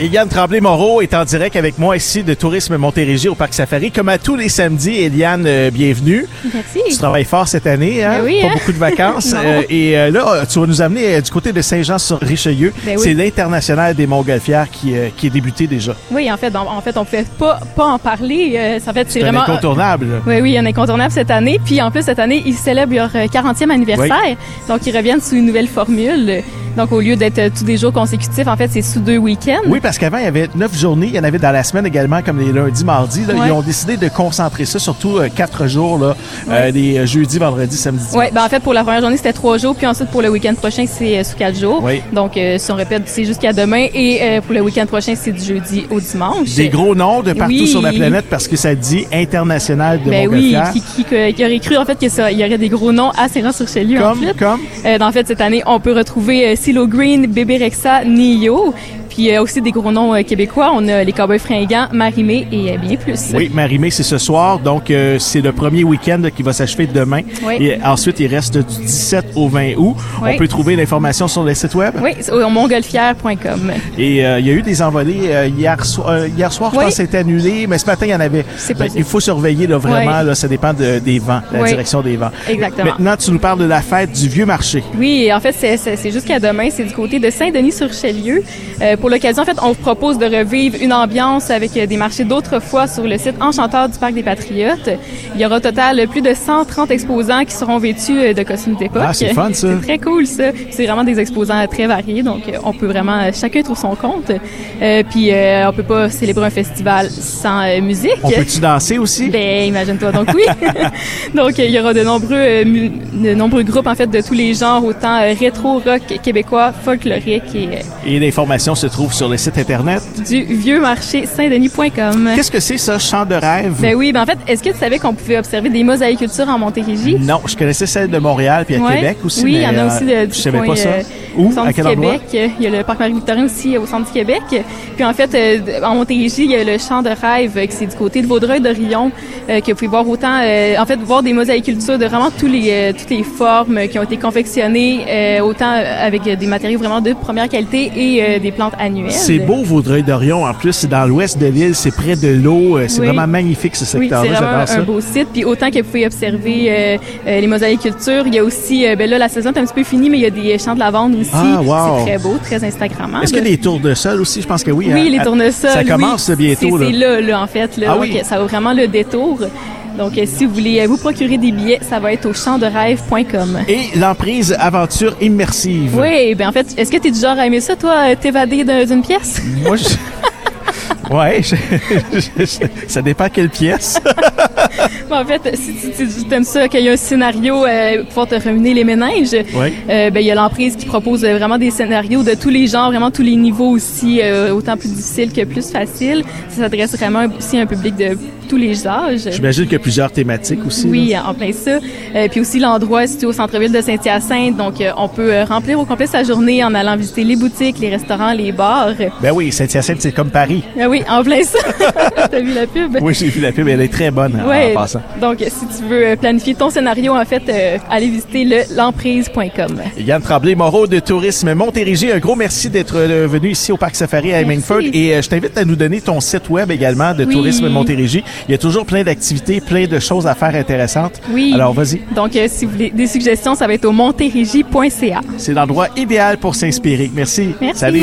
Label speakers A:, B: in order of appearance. A: Et Yann Tremblay-Moreau est en direct avec moi ici de Tourisme Montérégie au Parc Safari. Comme à tous les samedis, Eliane, euh, bienvenue.
B: Merci.
A: Tu travailles fort cette année, hein?
B: Ben oui,
A: pas
B: hein?
A: beaucoup de vacances.
B: Non.
A: Euh, et euh, là, tu vas nous amener euh, du côté de Saint-Jean-sur-Richelieu.
B: Ben oui.
A: C'est l'international des Montgolfières qui, euh, qui est débuté déjà.
B: Oui, en fait, on, en fait, on pouvait pas, pas en parler. euh, ça fait, c'est
A: C'est un
B: vraiment. euh,
A: incontournable. là.
B: Oui, oui, un incontournable cette année. Puis en plus, cette année, ils célèbrent leur euh, 40e anniversaire. Donc, ils reviennent sous une nouvelle formule. Donc, au lieu d'être euh, tous des jours consécutifs, en fait, c'est sous deux week-ends.
A: Oui, parce qu'avant, il y avait neuf journées. Il y en avait dans la semaine également, comme les lundis, mardis. là.
B: Ouais.
A: Ils ont décidé de concentrer ça sur tout euh, quatre jours, là, euh, les euh, jeudis, vendredis, samedis.
B: Oui, ben en fait, pour la première journée, c'était trois jours. Puis ensuite, pour le week-end prochain, c'est euh, sous quatre jours.
A: Oui.
B: Donc, euh, si on répète, c'est jusqu'à demain. Et euh, pour le week-end prochain, c'est du jeudi au dimanche.
A: Des gros noms de partout
B: Oui.
A: sur la planète parce que ça dit international de
B: Ben oui,
A: Montgolfière.
B: qui, qui, que- qui aurait cru en fait que ça, il y aurait des gros noms à Serra sur chez lui
A: Comme,
B: ensuite.
A: comme.
B: Euh, en fait, cette année, on peut retrouver euh, Silo Green, Bébé Rexa, Nio, puis euh, aussi des gros noms euh, québécois. On a les Cowboys Fringants, Marimé et euh, bien plus.
A: Oui, Marimé, c'est ce soir. Donc, euh, c'est le premier week-end qui va s'achever demain.
B: Oui.
A: Et ensuite, il reste du 17 au 20 août.
B: Oui.
A: On peut trouver l'information sur le site web.
B: Oui, c'est au montgolfière.com.
A: Et euh, il y a eu des envolées euh, hier, soir. euh, hier soir, je
B: Oui.
A: pense que c'était annulé, mais ce matin, il y en avait.
B: C'est
A: Ben,
B: possible.
A: il faut surveiller, là, vraiment.
B: Oui.
A: Là, ça dépend de- des vents, la
B: Oui.
A: direction des vents.
B: Exactement.
A: Maintenant, tu nous parles de la fête du vieux marché.
B: Oui, en fait, c'est- c'est c'est jusqu'à demain. C'est du côté de Saint-Denis-sur-Chelieu. Euh, pour l'occasion, en fait, on vous propose de revivre une ambiance avec euh, des marchés d'autrefois sur le site enchanteur du Parc des Patriotes. Il y aura au total plus de 130 exposants qui seront vêtus euh, de costumes d'époque.
A: Ah, c'est fun, ça.
B: C'est très cool, ça. C'est vraiment des exposants euh, très variés, donc euh, on peut vraiment... euh, Chacun trouve son compte. Euh, puis euh, on peut pas célébrer un festival sans euh, musique.
A: On peut-tu danser aussi?
B: Ben, imagine-toi donc oui. donc euh, il y aura de nombreux euh, mu- de nombreux groupes en fait de tous les genres, autant euh, rétro rock québécois, folklorique et euh,
A: Et l'information se trouve sur le site Internet.
B: du vieux marché saint-denis.com.
A: Qu'est-ce que c'est, ça, chant de rêve?
B: Ben oui, ben en fait, est-ce que tu savais qu'on pouvait observer des mosaïcultures en Montérégie
A: Non, je connaissais celle de Montréal puis à
B: Ouais.
A: Québec aussi.
B: Oui, il
A: mais,
B: y en a
A: euh,
B: aussi de, du
A: Je savais
B: coin,
A: pas ça.
B: euh, au
A: Où?
B: centre
A: À quel
B: du
A: endroit?
B: Québec. Euh, Il y a le parc Marie-Victorin aussi euh, au centre du Québec. Puis en fait, euh, d- en Montérégie, il y a le champ de rêve euh, qui c'est du côté de Vaudreuil d'Orion euh, que vous pouvez voir autant, euh, en fait, voir des mosaïcultures de vraiment tous les, euh, toutes les formes euh, qui ont été confectionnées, euh, autant euh, avec euh, des matériaux vraiment de première qualité et euh, des plantes annuelles.
A: C'est beau Vaudreuil-Dorion. En plus, c'est dans l'ouest de l'île, c'est près de l'eau. Euh, C'est
B: Oui.
A: vraiment magnifique ce
B: Oui, c'est
A: secteur-là.
B: vraiment
A: J'adore ça.
B: un beau site. Puis autant que vous pouvez observer euh, euh, les mosaïcultures, il y a aussi, euh, ben là, la saison est un petit peu finie, mais il y a des champs de lavande aussi.
A: Ah, wow.
B: C'est très beau, très Instagrammable.
A: Est-ce qu'il y a des tours de sol aussi? Je pense que oui. hein.
B: Oui, les
A: Ah,
B: tournesols.
A: Ça
B: oui.
A: commence bientôt.
B: C'est
A: là.
B: c'est là, là, en fait. Là,
A: Ah
B: Donc,
A: oui.
B: Ça vaut vraiment le détour. Donc, euh, si vous voulez euh, vous procurer des billets, ça va être au champderêve.com.
A: Et l'emprise aventure immersive.
B: Oui, ben en fait, est-ce que t'es du genre à aimer ça, toi, euh, t'évader d'un- d'une pièce?
A: Moi, je... Ouais, je- je- je- ça dépend quelle pièce.
B: Ben, en fait, si tu, tu- tu aimes ça, qu'il y a un scénario euh, pour te remuner les méninges,
A: Oui.
B: euh, ben, il y a l'emprise qui propose euh, vraiment des scénarios de tous les genres, vraiment tous les niveaux aussi, euh, autant plus difficile que plus facile. Ça s'adresse vraiment aussi à un public de tous les âges.
A: J'imagine qu'il y a plusieurs thématiques aussi.
B: Oui,
A: là.
B: en plein ça. Euh, puis aussi, l'endroit est situé au centre-ville de Saint-Hyacinthe. Donc, euh, on peut euh, remplir au complet sa journée en allant visiter les boutiques, les restaurants, les bars.
A: Ben oui, Saint-Hyacinthe, c'est comme Paris.
B: Ah oui, en plein ça. T'as vu la pub?
A: Oui, j'ai vu la pub, elle est très bonne en-
B: Ouais.
A: en passant.
B: Donc, si tu veux euh, planifier ton scénario, en fait, euh, allez visiter le l'emprise.com.
A: Yann Tremblay, Moreau de Tourisme Montérégie, un gros merci d'être euh, venu ici au Parc Safari à
B: Merci.
A: Hemingford. Et euh, je t'invite à nous donner ton site web également de
B: Oui.
A: Tourisme Montérégie. Il y a toujours plein d'activités, plein de choses à faire intéressantes.
B: Oui.
A: Alors, vas-y.
B: Donc, euh, si vous voulez des suggestions, ça va être au montérégie.ca.
A: C'est l'endroit idéal pour s'inspirer. Merci.
B: Merci.
A: Salut.